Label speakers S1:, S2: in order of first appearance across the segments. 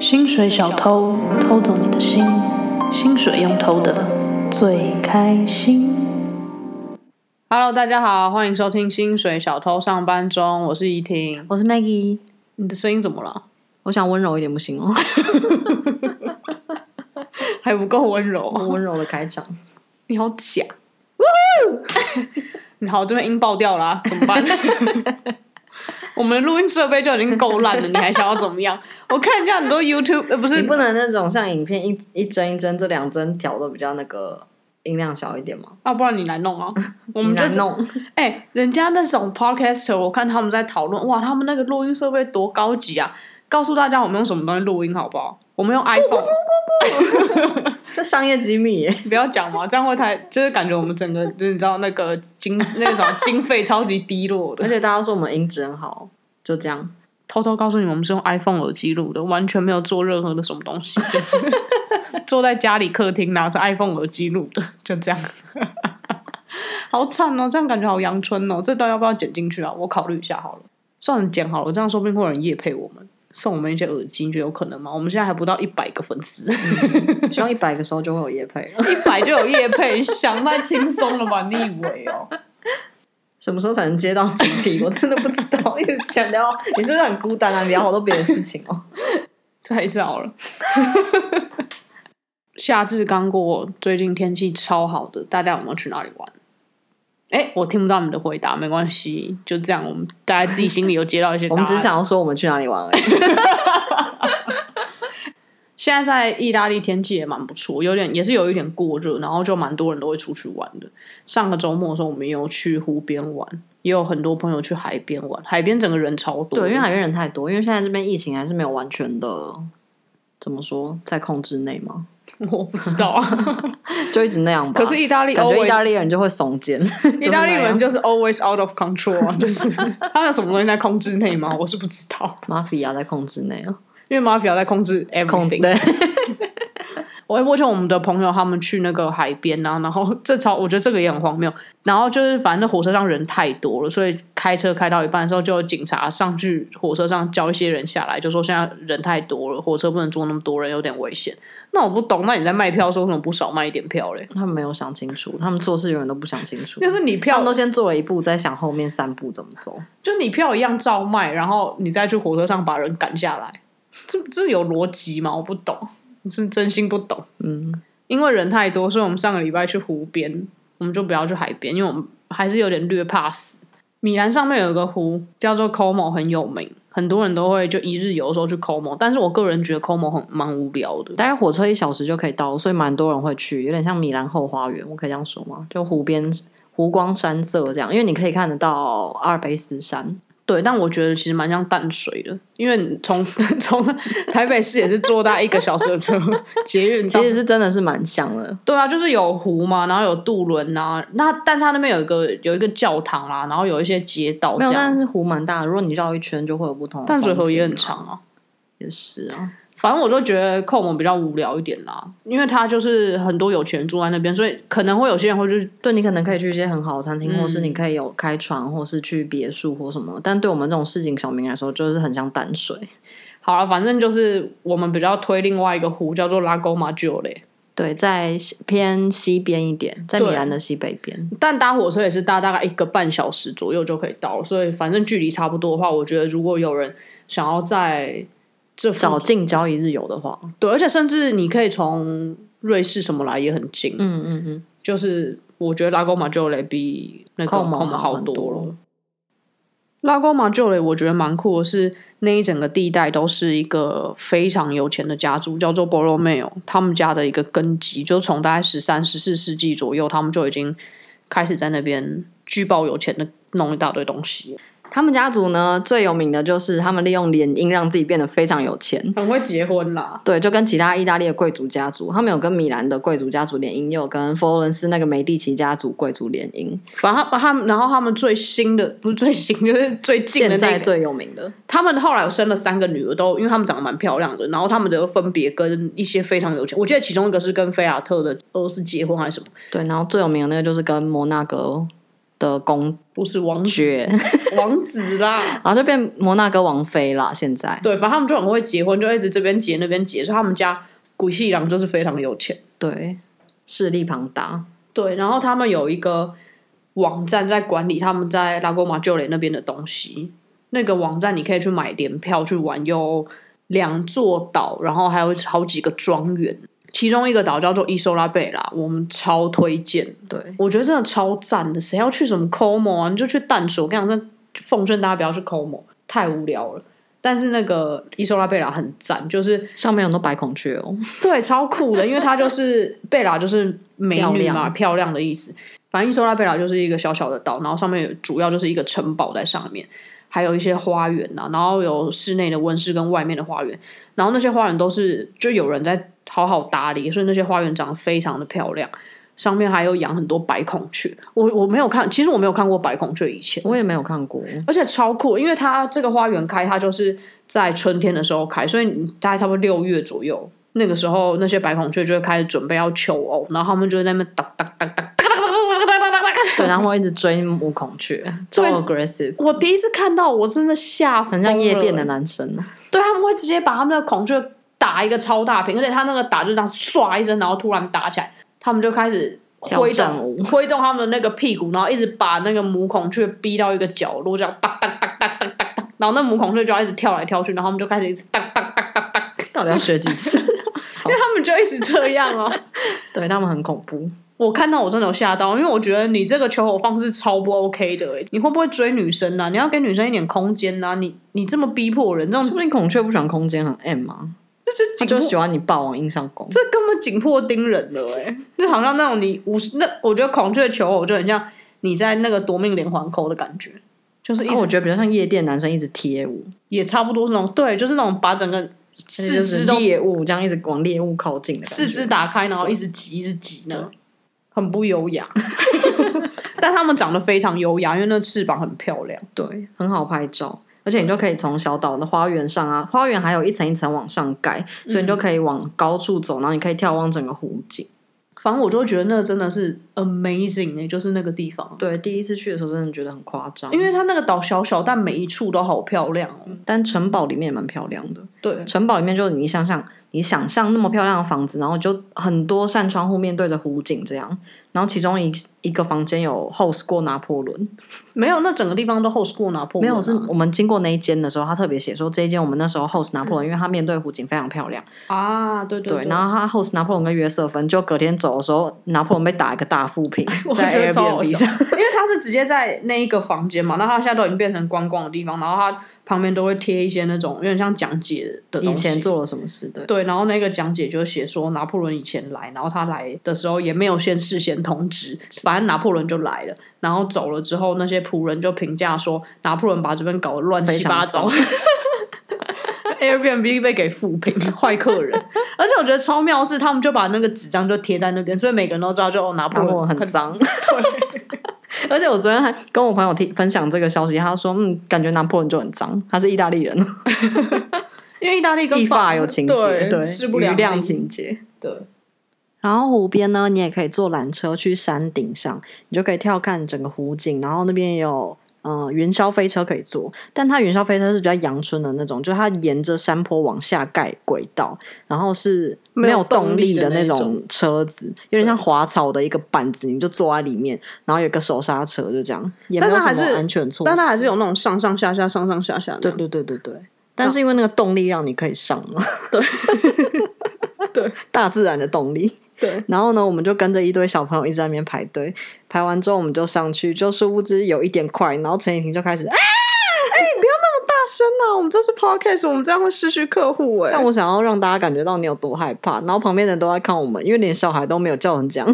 S1: 薪水小偷偷走你的心，薪水用偷的最开心。
S2: Hello，大家好，欢迎收听《薪水小偷上班中》，我是怡婷。
S3: 我是 Maggie，
S2: 你的声音怎么了？
S3: 我想温柔一点不行哦，
S2: 还不够温柔，
S3: 温柔的开场。
S2: 哦你好 假！你好，这边音爆掉啦，怎么 办？我们录音设备就已经够烂了，你还想要怎么样？我看人家很多 YouTube，呃，不
S3: 你
S2: 是
S3: 不能那种像影片一一帧一帧这两帧调的比较那个音量小一点吗？
S2: 啊，不然你来弄啊，我们
S3: 你
S2: 就
S3: 来弄，
S2: 哎、人家那种 podcaster，我看他们在讨论，哇，他们那个录音设备多高级啊！告诉大家我们用什么东西录音好不好？我们用 iPhone，
S3: 这商业机密耶！
S2: 不要讲嘛，这样会太就是感觉我们整个就是你知道那个经那个什么经费超级低落
S3: 而
S2: 的。
S3: 且大家说我们音质很好，就这样。
S2: 偷偷告诉你们，我们是用 iPhone 耳机录的，完全没有做任何的什么东西，就是 坐在家里客厅拿着 iPhone 耳机录的，就这样。 好惨哦，这样感觉好阳春哦。这段要不要剪进去啊？我考虑一下好了。算了，剪好了，这样说不定会有人夜配我们，送我们一些耳机，你觉得有可能吗？我们现在还不到一百个粉丝，
S3: 希望一百个时候就会有夜配了。
S2: 一百就有夜配，想太轻松了吧？你以为哦？
S3: 什么时候才能接到主题？我真的不知道，一直想聊，你是不是很孤单啊？聊好多别的事情哦。
S2: 太早了。 夏至刚过，最近天气超好的，大家有没有去哪里玩？哎，我听不到你们的回答，没关系，就这样，我们大家自己心里有接到一些答
S3: 我
S2: 案。
S3: 们只想要说我们去哪里玩而已。
S2: 现在在意大利天气也蛮不错，有点也是有一点过热，然后就蛮多人都会出去玩的。上个周末的时候，我们也有去湖边玩，也有很多朋友去海边玩，海边整个人超多的，
S3: 对，因为海边人太多，因为现在这边疫情还是没有完全的，怎么说，在控制内嘛，
S2: 我不知道啊。
S3: 就一直那样吧。
S2: 可是意大利
S3: 感
S2: always
S3: 觉意大利人就会耸 肩，
S2: 意大利
S3: 就是那
S2: 人
S3: 样
S2: 就是 always out of control 啊，就是 他们有什么东西在控制内吗？我是不知道，
S3: mafia 在控制 内啊，
S2: 因为 mafia 在控制
S3: 控制
S2: everything。
S3: 对，
S2: 我我就我们的朋友他们去那个海边啊，然后这超我觉得这个也很荒谬。然后就是反正火车上人太多了，所以开车开到一半的时候，就有警察上去火车上叫一些人下来，就说现在人太多了，火车不能坐那么多人，有点危险。那我不懂，那你在卖票的时候为什么不少卖一点票嘞？
S3: 他们没有想清楚，他们做事永远都不想 清楚，
S2: 就是你
S3: 他
S2: 票
S3: 们都先做了一步，再想后面三步怎么走。
S2: 就你票一样照卖，然后你再去火车上把人赶下来，这这有逻辑吗？我不懂，是真心不懂。嗯，因为人太多，所以我们上个礼拜去湖边，我们就不要去海边，因为我们还是有点略怕死。米兰上面有一个湖叫做 Como，很有名，很多人都会就一日游的时候去 Como，但是我个人觉得 Como 很蛮无聊的。
S3: 大概火车一小时就可以到了，所以蛮多人会去，有点像米兰后花园，我可以这样说吗？就湖边湖光山色这样，因为你可以看得到阿尔卑斯山，
S2: 对，但我觉得其实蛮像淡水的，因为你从 从台北市也是坐大概一个小时的车，捷运到
S3: 其实是真的是蛮像的。
S2: 对啊，就是有湖嘛，然后有渡轮啊，那但是它那边有一个有一个教堂啦、然后有一些街道这
S3: 没有，
S2: 样。
S3: 但是湖蛮大的，如果你绕一圈就会有不同的、
S2: 淡水河也很长，啊，
S3: 也是啊，
S2: 反正我就觉得寇蒙比较无聊一点啦，因为它就是很多有钱人住在那边，所以可能会有些人会去
S3: 对你可能可以去一些很好的餐厅，
S2: 嗯
S3: 或是你可以有开船，或是去别墅或什么。但对我们这种市井小民来说，就是很像淡水。
S2: 好了，反正就是我们比较推另外一个湖叫做拉勾马吉嘞，
S3: 对，在西偏西边一点，在米
S2: 对
S3: 兰的西北边。
S2: 但搭火车也是搭大概一个半小时左右就可以到了，所以反正距离差不多的话，我觉得如果有人想要在这附
S3: 找近郊一日游的话，
S2: 对，而且甚至你可以从瑞士什么来也很近，啊
S3: 嗯嗯嗯，
S2: 就是我觉得拉勾马就雷比那个
S3: 扣
S2: 孔
S3: 毛
S2: 毛
S3: 好
S2: 好
S3: 很
S2: 多了
S3: 多。。
S2: 拉勾马就雷我觉得蛮酷的是，那一整个地带都是一个非常有钱的家族，叫做 Borromeo，他们家的一个根基，就从大概十三、十四世纪左右，他们就已经开始在那边巨爆有钱的弄一大堆东西，
S3: 他们家族呢，最有名的就是他们利用联姻让自己变得非常有钱。
S2: 很会结婚啦。
S3: 对，就跟其他意大利的贵族家族，他们有跟米兰的贵族家族联姻，也有跟佛罗伦斯那个梅第奇家族贵族联姻。
S2: 反正他他们，然后他们最新的不是最新，就是最近的
S3: 现
S2: 那
S3: 在
S2: 个
S3: 最有名的，
S2: 他们后来有生了三个女儿都，因为他们长得蛮漂亮的，然后他们的分别跟一些非常有钱，我记得其呃中一个是跟菲亚特的儿子结婚还是什么，
S3: 对，然后最有名的那个就是跟摩纳哥的公
S2: 不是王子
S3: 爵，
S2: 王子啦。
S3: 然后就变摩纳哥王妃啦。现在，
S2: 对，反正他们就很会结婚，就一直这边结那边结，所以他们家古希郎就是非常有钱。
S3: 对，势力庞大，
S2: 对，然后他们有一个网站在管理他们在拉戈马旧雷那边的东西。那个网站你可以去买联票去玩，有两座岛，然后还有好几个庄园，其中一个岛叫做伊索拉贝拉，我们超推荐，
S3: 对，
S2: 我觉得真的超赞的。谁要去什么 Como 啊？你就去淡水。我跟你讲，真的奉劝大家不要去 Como，太无聊了。但是那个伊索拉贝拉很赞，就是
S3: 上面有很多白孔雀哦，
S2: 对，超酷的，因为她就是贝拉，就是美
S3: 漂
S2: 女嘛，
S3: 亮
S2: 漂亮的意思。反正伊索拉贝拉就是一个小小的岛，然后上面有主要就是一个城堡在上面，还有一些花园呐、然后有室内的温室跟外面的花园，然后那些花园都是就有人在好好打理，所以那些花园长得非常的漂亮。上面还有养很多白孔雀，我我没有看，其实我没有看过白孔雀以前，
S3: 我也没有看过，
S2: 而且超酷，因为它这个花园开，它就是在春天的时候开，所以你大概差不多六月左右，那个时候那些白孔雀就会开始准备要求偶，然后他们就会在那边哒哒哒哒哒哒哒哒哒哒哒。
S3: 对，然后我一直追母孔雀，超
S2: 对
S3: aggressive，
S2: 我第一次看到，我真的吓疯
S3: 很
S2: 了。
S3: 像夜店的，男生，
S2: 对他们会直接把他们的孔雀打一个超大屏，而且他那个打就这样唰一声，然后突然打起来，他们就开始。挥
S3: 跳战
S2: 动
S3: 舞
S2: 挥动他们的那个屁股，然后一直把那个母孔雀逼到一个角落，这样哒哒哒哒哒哒哒，然后那母孔雀就要一直跳来跳去，然后他们就开始一直哒哒哒哒哒，
S3: 到底要学几次？
S2: 因为他们就一直这样哦。
S3: 对他们很恐怖，
S2: 我看到我真的有吓到，因为我觉得你这个求偶方式超不 OK 的欸，你会不会追女生啊？你要给女生一点空间呐、你你这么逼迫人，这
S3: 说
S2: 种
S3: 不定孔雀不喜欢空间很 M 嘛，
S2: 这
S3: 他
S2: 是紧
S3: 就
S2: 迫
S3: 喜欢你霸王硬上弓，
S2: 这根本紧迫盯人了哎、欸，就好像那种你五十那，我觉得孔雀求偶就很像你在那个夺命连环扣的感觉，就是一
S3: 然后
S2: 直、
S3: 啊我觉得比较像夜店男生一直贴舞，
S2: 也差不多是那种对，就是那种把整个四肢
S3: 就
S2: 都
S3: 是猎物这样一直往猎物靠近的感觉
S2: 四肢打开，然后一直挤一直挤呢，很不优雅。 但他们长得非常优雅，因为那翅膀很漂亮。
S3: 对，很好拍照，而且你就可以从小岛的花园上啊，花园还有一层一层往上盖，所以你就可以往高处走，然后你可以眺望整个湖景。
S2: 反正我就觉得那真的是 amazing 哎、就是那个地方，
S3: 对，第一次去的时候真的觉得很夸张，
S2: 因为它那个岛小小，但每一处都好漂亮哦、
S3: 但城堡里面也蛮漂亮的，
S2: 对，
S3: 城堡里面就是你想象你想象那么漂亮的房子，然后就很多扇窗户面对着湖景这样，然后其中一一个房间有 host 过拿破仑，
S2: 没有那整个地方都 host 过拿破
S3: 没
S2: 仑啊、
S3: 有，是我们经过那一间的时候，他特别写说这一间我们那时候 host 拿破仑，因为他面对湖景非常漂亮。
S2: 啊，对对
S3: 对，然后他 host 拿破仑跟约瑟芬，就隔天走的时候，拿破仑被打一个大负评
S2: ，我
S3: 在
S2: 觉得超好
S3: Airbnb
S2: 笑
S3: 上，，
S2: 因为他是直接在那一个房间嘛，那他现在都已经变成观光的地方，然后他旁边都会贴一些那种有点像讲解的东西。
S3: 以前做了什么事对，
S2: 对，然后那个讲解就写说拿破仑以前来，然后他来的时候也没有先事先通知，反正拿破仑就来了，然后走了之后，那些仆人就评价说拿破仑把这边搞得乱七八糟。Airbnb 被给复评，坏客人。而且我觉得超妙的是，他们就把那个纸张就贴在那边，所以每个人都知道就，哦拿破
S3: 拿破
S2: 仑
S3: 仑很
S2: 脏。
S3: 脏。
S2: 对，
S3: 而且我昨天还跟我朋友提分享这个消息，他说嗯，感觉拿破仑就很脏，他是意大利人，
S2: 因为意大利跟
S3: 意法有情节，
S2: 对
S3: 对，
S2: 势不
S3: 余
S2: 两
S3: 量
S2: 立
S3: 情节。
S2: 对。
S3: 然后湖边呢，你也可以坐缆车去山顶上，你就可以跳看整个湖景。然后那边也有呃云霄飞车可以坐，但它云霄飞车是比较阳春的那种，就它沿着山坡往下盖轨道，然后是
S2: 没
S3: 没
S2: 有
S3: 有动力的
S2: 动力的那
S3: 那
S2: 种
S3: 种车子，有点像滑草的一个板子，你就坐在里面，然后有一个手刹车，就这样，也没
S2: 但
S3: 有
S2: 它
S3: 什
S2: 还
S3: 么
S2: 是
S3: 安全措施。
S2: 但它还是有那种上上下下、上上下下的。
S3: 对对对对对，但是因为那个动力让你可以上嘛，
S2: 对
S3: 大自然的动力。
S2: 对，
S3: 然后呢，我们就跟着一堆小朋友一直在那边排队，排完之后我们就上去，就殊不知有一点快，然后陈以婷就开始，啊、
S2: 真啊的，我们这是 podcast，我们这样会失去客户哎、
S3: 但我想要让大家感觉到你有多害怕，然后旁边的人都在看我们，因为连小孩都没有叫人讲，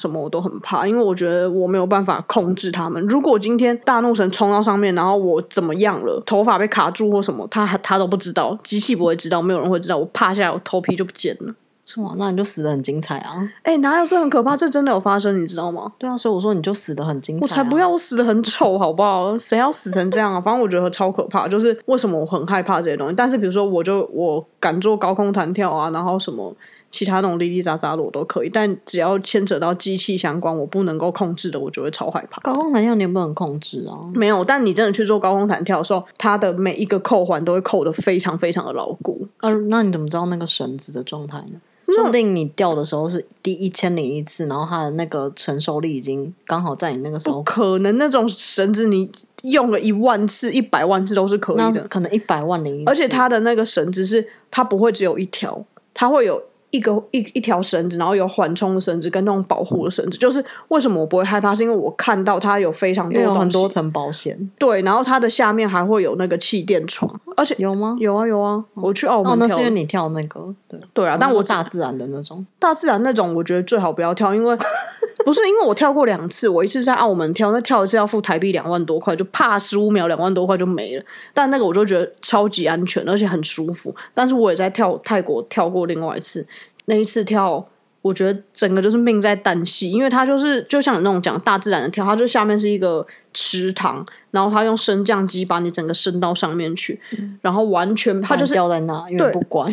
S2: 什么我都很怕，因为我觉得我没有办法控制他们。如果今天大怒神冲到上面，然后我怎么样了，头发被卡住或什么，他他都不知道，机器不会知道，没有人会知道。我趴下来，我头皮就不见了。
S3: 是吗？那你就死的很精彩啊！
S2: 哎、哪有这很可怕？这真的有发生，你知道吗？
S3: 对啊，所以我说你就死的很精彩、啊
S2: 我才不！要，我死的很丑，好不好？谁要死成这样啊？反正我觉得超可怕。就是为什么我很害怕这些东西，但是比如说，我就我敢做高空弹跳啊，然后什么其他那种零零杂杂的我都可以，但只要牵扯到机器相关，我不能够控制的，我就会超害怕。
S3: 高空弹跳你也不能控制啊。
S2: 没有，但你真的去做高空弹跳的时候，它的每一个扣环都会扣的非常非常的牢固。
S3: 啊，那你怎么知道那个绳子的状态呢？说不定你掉的时候是第一千零一次，然后它的那个承受力已经刚好在你那个时候，
S2: 可能那种绳子你用了一万次、一百万次都是可
S3: 那
S2: 以的，
S3: 可能一百万零一次，
S2: 而且它的那个绳子是它不会只有一条，它会有一个一一条绳子，然后有缓冲的绳子跟那种保护的绳子。就是为什么我不会害怕，是因为我看到它有非常
S3: 因
S2: 多
S3: 为有很多
S2: 东西
S3: 层保险，
S2: 对，然后它的下面还会有那个气垫床，而且
S3: 有吗？
S2: 有啊有啊，我去澳
S3: 哦，
S2: 门
S3: 那
S2: 跳
S3: 是
S2: 的、
S3: 因为你跳那个，对。
S2: 对啊，但
S3: 说
S2: 我只
S3: 大自然的那种，
S2: 大自然那种，我觉得最好不要跳，因为 不是因为我跳过两次，我一次在澳门跳，那跳一次要付台币两万多块，就怕十五秒两万多块就没了。但那个我就觉得超级安全，而且很舒服。但是我也在跳泰国跳过另外一次，那一次跳。我觉得整个就是命在旦夕，因为它就是就像你那种讲大自然的跳，它就下面是一个池塘，然后它用升降机把你整个升到上面去，然后完全嗯它就是
S3: 掉在那，因
S2: 对
S3: 为不乖。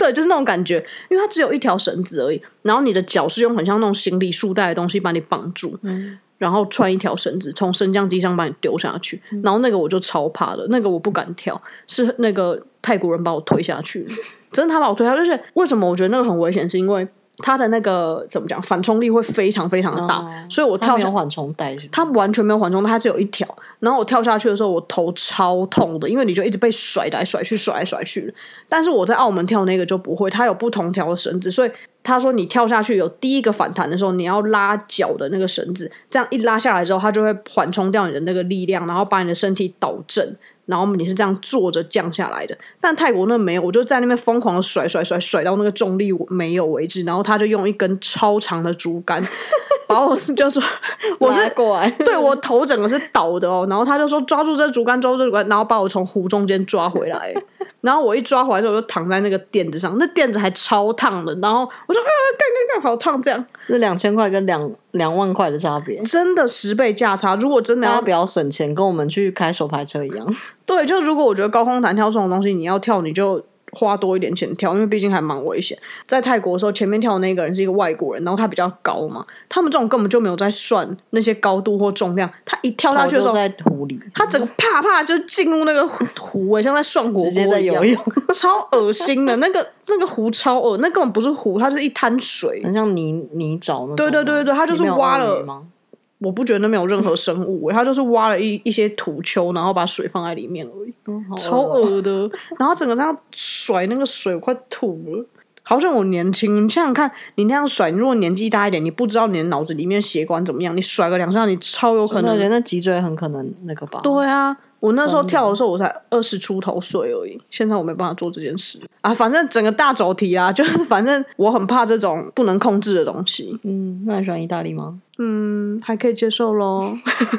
S2: 对，就是那种感觉，因为它只有一条绳子而已，然后你的脚是用很像那种行李束带的东西把你绑住，
S3: 嗯
S2: 然后穿一条绳子从升降机上把你丢下去，
S3: 嗯
S2: 然后那个我就超怕的，那个我不敢跳，是那个泰国人把我推下去的，真的他把我推下去，而且为什么我觉得那个很危险，是因为他的那个怎么讲，反冲力会非常非常的大，
S3: 哦
S2: 所以我
S3: 它
S2: 跳
S3: 没
S2: 下
S3: 有缓冲带是不是，
S2: 它完全没有缓冲带，它只有一条。然后我跳下去的时候，我头超痛的，因为你就一直被甩来甩去、甩来甩去的。但是我在澳门跳那个就不会，它有不同条的绳子，所以他说你跳下去有第一个反弹的时候，你要拉脚的那个绳子，这样一拉下来之后，它就会缓冲掉你的那个力量，然后把你的身体导正。然后你是这样坐着降下来的，但泰国那没有，我就在那边疯狂的甩甩甩甩到那个重力没有为止，然后他就用一根超长的竹竿 把我是就说我是
S3: 拉过 来，
S2: 对我头整个是倒的哦，然后他就说抓住这竹竿，抓住这竹竿，然后把我从湖中间抓回来，然后我一抓回来之后，我就躺在那个垫子上，那垫子还超烫的，然后我说啊，干干干，好烫，这样
S3: 是两千块跟两两万块的差别。
S2: 真的十倍价差。如果真的
S3: 大家
S2: 要
S3: 不要省钱，跟我们去开手排车一样。
S2: 对，就如果我觉得高空弹跳这种东西，你要跳你就花多一点钱跳，因为毕竟还蛮危险。在泰国的时候，前面跳的那个人是一个外国人，然后他比较高嘛，他们这种根本就没有在算那些高度或重量，他一跳下
S3: 我
S2: 去的时
S3: 就
S2: 候。
S3: 在湖里，
S2: 他整个啪啪就进入那个湖湖、欸，像在涮火
S3: 直接
S2: 锅
S3: 在
S2: 一
S3: 游
S2: 样，
S3: 泳，
S2: 超恶心的。那个那个湖超恶，那根本不是湖，它是一滩水。
S3: 很像泥泥沼那种吗。
S2: 对对对对，它就是
S3: 里面有
S2: 挖
S3: 鳄鱼
S2: 了，
S3: 吗？
S2: 我不觉得那没有任何生物、欸，它就是挖了一一些土丘，然后把水放在里面而已，超
S3: 恶
S2: 嗯恶的。然后整个这样甩那个水，我快吐了。好像我年轻，你想想看，你那样甩，你如果年纪大一点，你不知道你的脑子里面血管怎么样，你甩个两下，你超有可
S3: 那我
S2: 能
S3: 觉得那脊椎很可能那个吧。
S2: 对啊，我那时候跳的时候我才二十出头岁而已，现在我没办法做这件事啊。反正整个大走题啊， 就是反正我很怕这种不能控制的东西，
S3: 嗯，那你喜欢意大利吗？
S2: 嗯，还可以接受喽。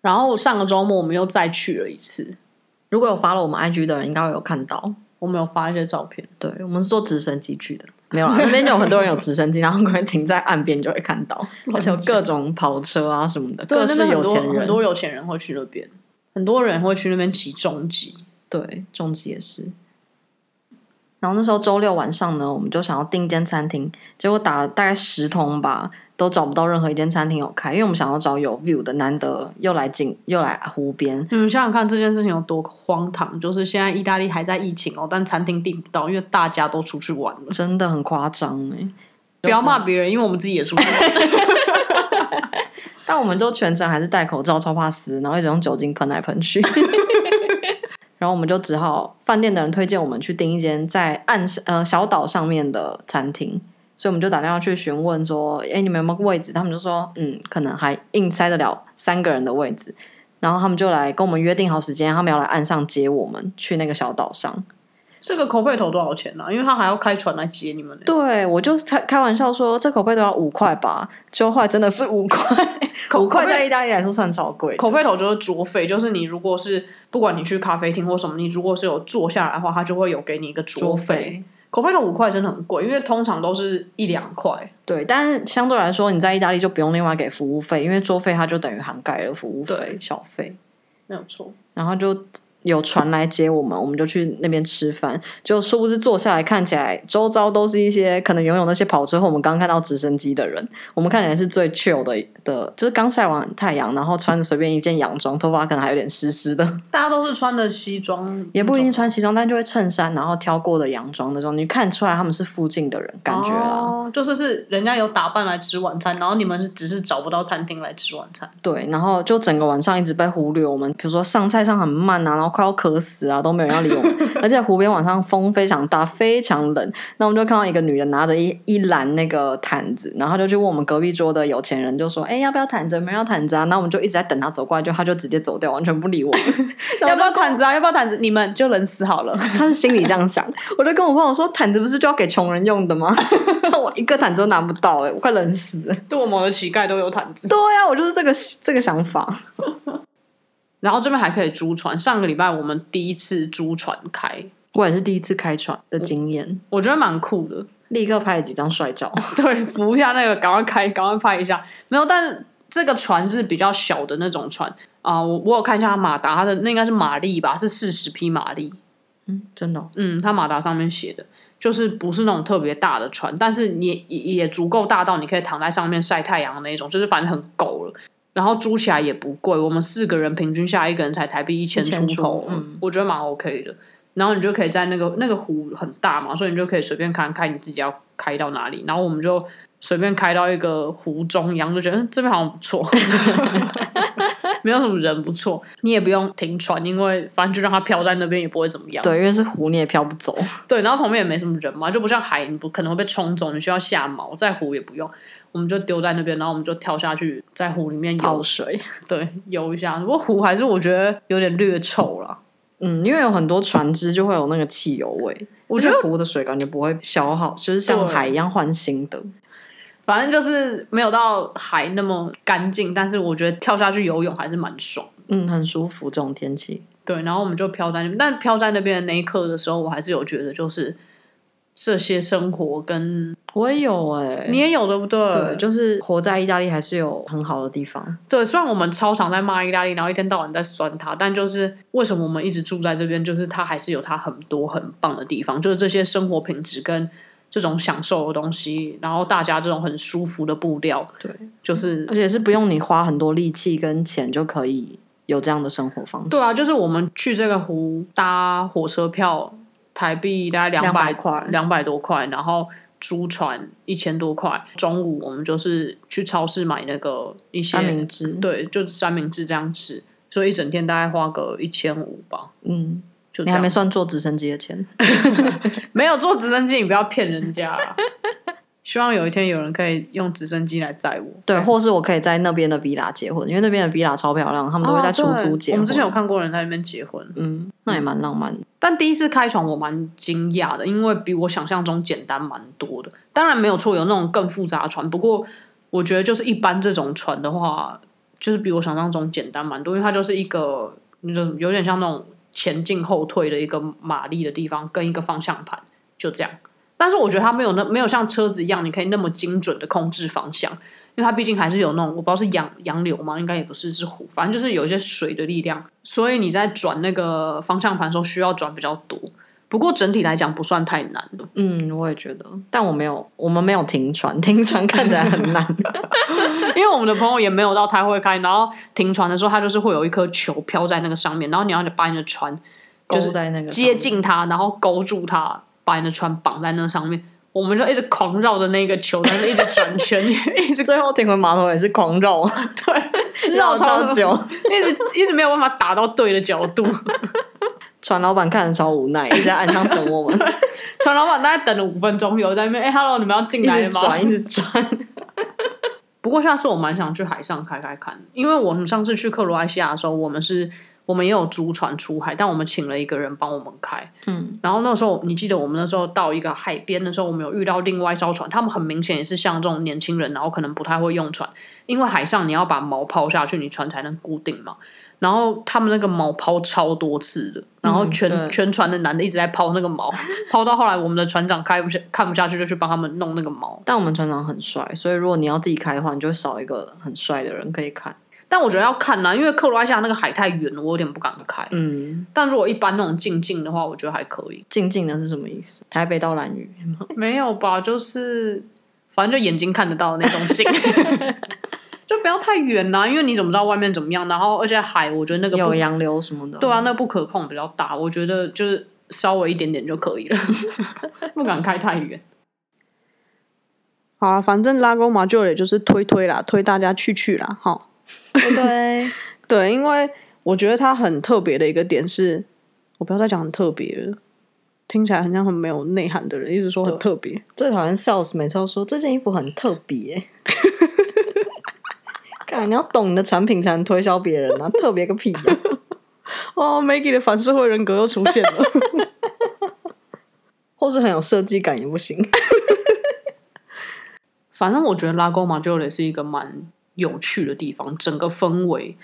S2: 然后上个周末我们又再去了一次，
S4: 如果有发了我们 IG 的人，应该会有看到。
S2: 我们有发一些照片，
S4: 对，我们是坐直升机去的，没有啦，啊那边有很多人有直升机，然后可能停在岸边就会看 到，而且有各种跑车啊什么的，
S2: 对，
S4: 各
S2: 那
S4: 式
S2: 边很
S4: 有
S2: 多
S4: 钱
S2: 很
S4: 人。
S2: 多有钱人会去那边，很多人会去那边骑重机。
S4: 对，重疾也是。然后那时候周六晚上呢，我们就想要订一间餐厅，结果打了大概十通吧，都找不到任何一间餐厅有开，因为我们想要找有 view 的，难得又来景又来湖边，
S2: 你们嗯想想看这件事情有多荒唐，就是现在意大利还在疫情哦，但餐厅订不到，因为大家都出去玩了。
S4: 真的很夸张哎、
S2: 不要骂别人，因为我们自己也出去玩。
S4: 但我们都全程还是戴口罩，超怕死，然后一直用酒精喷来喷 去。然后我们就只好饭店的人推荐我们去订一间在岸上呃小岛上面的餐厅，所以我们就打电话去询问说：“哎，你们有没有位置？”他们就说：“嗯，可能还硬塞得了三个人的位置。”然后他们就来跟我们约定好时间，他们要来岸上接我们去那个小岛上。
S2: 这个口贝头多少钱呢、啊？因为他还要开船来接你们、呢。
S4: 对我就是开开玩笑说这口贝都要五块吧，就后来真的是五块，
S2: 口
S4: 五块
S2: 口贝
S4: 在意大利来说算超贵的。
S2: 口贝头就是桌费，就是你如果是不管你去咖啡厅或什么，你如果是有坐下来的话，他就会有给你一个桌
S4: 多
S2: 费。。口贝头五块真的很贵，因为通常都是一两块。
S4: 对，但是相对来说，你在意大利就不用另外给服务费，因为桌费它就等于涵盖了服务费
S2: 对、
S4: 小费，
S2: 没有错，
S4: 然后就
S3: 有船来接我们，我们就去那边吃饭。就殊不知坐下来，看起来周遭都是一些可能拥有那些跑车或我们刚看到直升机的人。我们看起来是最 chill 的的，就是刚晒完太阳，然后穿着随便一件洋装，头发可能还有点湿湿的，
S2: 大家都是穿的西装，
S3: 也不一定穿西装，但就会衬衫，然后挑过的洋装那种，你看出来他们是附近的人，感觉啦。
S2: 哦，就是是人家有打扮来吃晚餐，然后你们是只是找不到餐厅来吃晚餐。
S3: 对，然后就整个晚上一直被忽略。我们比如说上菜上很慢啊，然后快要渴死啊，都没有人要理我们。而且湖边晚上风非常大，非常冷。那我们就看到一个女人拿着一一篮那个毯子，然后就去问我们隔壁桌的有钱人，就说：“哎，要不要毯子？没人要毯子啊？”那我们就一直在等她走过来，就她就直接走掉，完全不理我们。
S2: 要不要毯子啊？要不要毯子？你们就冷死好 了。
S3: 她是心里这样想。我就跟我朋友说：“毯子不是就要给穷人用的吗？ 我一个毯子都拿不到、哎，我快冷死了。
S2: 多么的乞丐都有毯”子。
S3: 对呀、我就是这个这个想法。
S2: 然后这边还可以租船，上个礼拜我们第一次租船开，
S3: 我也是第一次开船的经验，
S2: 我觉得蛮酷的。
S3: 立刻拍了几张帅照。
S2: 对，扶一下那个，赶快开，赶快拍一下。没有，但这个船是比较小的那种船啊、我我有看一下它马达，它的那应该是马力吧，是四十匹马力。
S3: 嗯，真的哦、
S2: 嗯，它马达上面写的，就是不是那种特别大的船，但是你也也也足够大到你可以躺在上面晒太阳的那一种，就是反正很够了。然后租起来也不贵，我们四个人平均下来一个人才台币一千
S3: 1000
S2: 出头
S3: 出，嗯，
S2: 我觉得蛮 OK 的。然后你就可以在那个那个湖很大嘛，所以你就可以随便看开你自己要开到哪里。然后我们就随便开到一个湖中央，就觉得嗯这边好像不 错，没有什么人，不错。你也不用停船，因为反正就让它飘在那边也不会怎么样。
S3: 对，因为是湖，你也飘不 走。
S2: 对，然后旁边也没什么人嘛，就不像海，你不可能会被冲走，你需要下锚，在湖也不用，我们就丢在那边，然后我们就跳下去，在湖里面游，
S3: 水。
S2: 对，游一下。不过湖还是我觉得有点略臭了，
S3: 嗯，因为有很多船只就会有那个汽油味，
S2: 我觉得
S3: 而且湖的水感觉不会消耗，就是像
S2: 对
S3: 海一样换新的。
S2: 反正就是没有到海那么干净，但是我觉得跳下去游泳还是蛮爽。
S3: 嗯，很舒服这种天气。
S2: 对，然后我们就飘在那边，但飘在那边的那一刻的时候，我还是有觉得就是这些生活跟
S3: 我也有哎、
S2: 你也有对不对？
S3: 对，就是活在意大利还是有很好的地方。
S2: 对，虽然我们超常在骂意大利，然后一天到晚在酸它，但就是为什么我们一直住在这边，就是它还是有它很多很棒的地方，就是这些生活品质跟这种享受的东西，然后大家这种很舒服的步调，
S3: 对，
S2: 就是
S3: 而且是不用你花很多力气跟钱就可以有这样的生活方式。
S2: 对啊，就是我们去这个湖搭火车票，台币大概两百
S3: 200块
S2: 两百多块，然后租船一千多块。中午我们就是去超市买那个一些
S3: 三明治
S2: 对，就是三明治这样吃，所以一整天大概花个一千五吧。
S3: 嗯，
S2: 就这
S3: 你还
S2: 样
S3: 没算坐直升机的钱。
S2: 没有坐直升机，你不要骗人家啊。希望有一天有人可以用直升机来载我。
S3: 对，或是我可以在那边的 villa 结婚，因为那边的 villa 超漂亮，他们都会在出
S2: 哦对
S3: 租结
S2: 我
S3: 婚。
S2: 们之前有看过人在那边结婚，
S3: 嗯，那也蛮浪漫的。
S2: 但第一次开船我蛮惊讶的，因为比我想象中简单蛮多的。当然没有错，有那种更复杂的船，不过我觉得就是一般这种船的话，就是比我想象中简单蛮多，因为它就是一个就是有点像那种前进后退的一个马力的地方跟一个方向盘，就这样。但是我觉得它没有那没有像车子一样，你可以那么精准的控制方向，因为它毕竟还是有那种我不知道是洋洋流吗？应该也不是，是湖，反正就是有一些水的力量，所以你在转那个方向盘的时候需要转比较多。不过整体来讲不算太难的，
S3: 嗯，我也觉得，但我没有，我们没有停船，停船看起来很 难。
S2: 因为我们的朋友也没有到太会开，然后停船的时候，它就是会有一颗球飘在那个上面，然后你要把你的船
S3: 勾
S2: 就是
S3: 在那个
S2: 接
S3: 上面，
S2: 近它，然后勾住它，把你的船绑在那上面。我们就一直狂绕着那个球，然后一直转圈， 一直
S3: 最后停回码头也是狂绕，
S2: 对
S3: 绕超久，
S2: 一直一直没有办法打到对的角度。
S3: 船老板看得超无奈，一直在岸上等我们，
S2: 船老板大概等了五分钟有，在那边哎、h e l l o，你们要进
S3: 一
S2: 来
S3: 直
S2: 了吗？
S3: 转，一直转。
S2: 不过下次我蛮想去海上开开看，因为我们上次去克罗埃西亚的时候，我们是我们也有租船出海，但我们请了一个人帮我们开。
S3: 嗯，
S2: 然后那时候你记得我们那时候到一个海边的时候，我们有遇到另外一艘船，他们很明显也是像这种年轻人，然后可能不太会用船，因为海上你要把锚抛下去，你船才能固定嘛。然后他们那个锚抛超多次的，然后全、
S3: 对
S2: 全船的男的一直在抛那个 锚，抛到后来我们的船长开不下看不下去，就去帮他们弄那个锚。
S3: 但我们船长很帅，所以如果你要自己开的话，你就会少一个很帅的人可以看。
S5: 但我觉得要看啦，因为克罗埃西亚那个海太远了，我有点不敢开。
S3: 嗯，
S5: 但如果一般那种静静的话，我觉得还可以。
S3: 静静的是什么意思？台北到兰屿，
S2: 嗯
S5: 没有吧？就是反正就眼睛看得到的那种 景，就不要太远啦、因为你怎么知道外面怎么样？然后而且海，我觉得那个
S3: 有
S5: 不
S3: 洋流什么的。
S5: 对 啊，那不可控比较大，我觉得就是稍微一点点就可 以了，不敢开太远。
S2: 好了，反正拉勾马就也就是推推啦，推大家去去啦，哈。
S3: 对，
S2: 对，因为我觉得它很特别的一个点是，我不要再讲很特别了，听起来很像很没有内涵的人，一直说很特别。
S3: 最讨厌 sales 每次都说这件衣服很特别。 看，你要懂你的产品才能推销别人啊，特别个屁呀、
S2: 哦，Maggie 的反社会人格又出现了。
S3: 或是很有设计感也不行。
S5: 反正我觉得拉勾马就也是一个蛮有趣的地方，整个氛围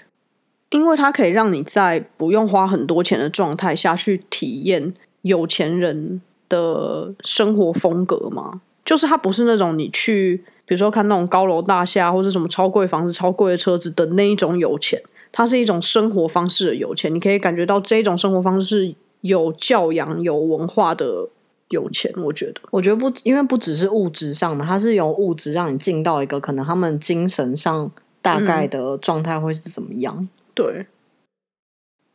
S2: 因为它可以让你在不用花很多钱的状态下去体验有钱人的生活风格嘛。就是它不是那种你去，比如说看那种高楼大厦或是什么超贵房子、超贵的车子的那一种有钱，它是一种生活方式的有钱。你可以感觉到这种生活方式是有教养、有文化的有钱，我觉得。
S3: 我觉得不，因为不只是物质上的，它是由物质让你进到一个可能他们精神上大概的状态会是怎么样。
S2: 对。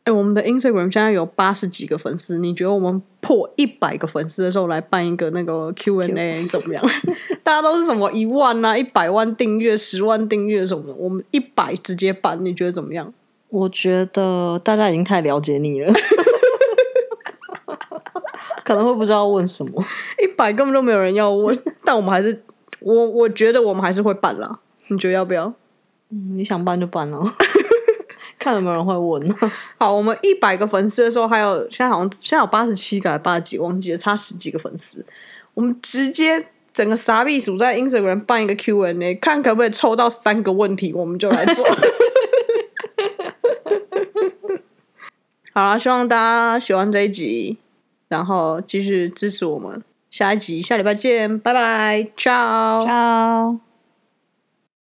S2: 哎、我们的 Instagram 现在有八十几个粉丝，你觉得我们破一百个粉丝的时候来办一个那个 Q&A 怎么样？ 大家都是什么一万啊、一百万订阅、十万订阅什么的，我们一百直接办，你觉得怎么样？
S3: 我觉得大家已经太了解你了，可能会不知道问什么。
S2: 一百根本就没有人要 问，但我们还是我我觉得我们还是会办啦。你觉得要不要？
S3: 你想办就办哦，看有没有人会问、
S2: 好，我们一百个粉丝的时候，还有现在好像现在有八十七个还八十几，忘记了，差十几个粉丝。我们直接整个傻逼鼠在 Instagram 办一个 Q&A，看可不可以抽到三个问题，我们就来做。 好啦，希望大家喜欢这一集，然后继续支持我们。下一集下礼拜见，拜拜，ciao。
S3: 好。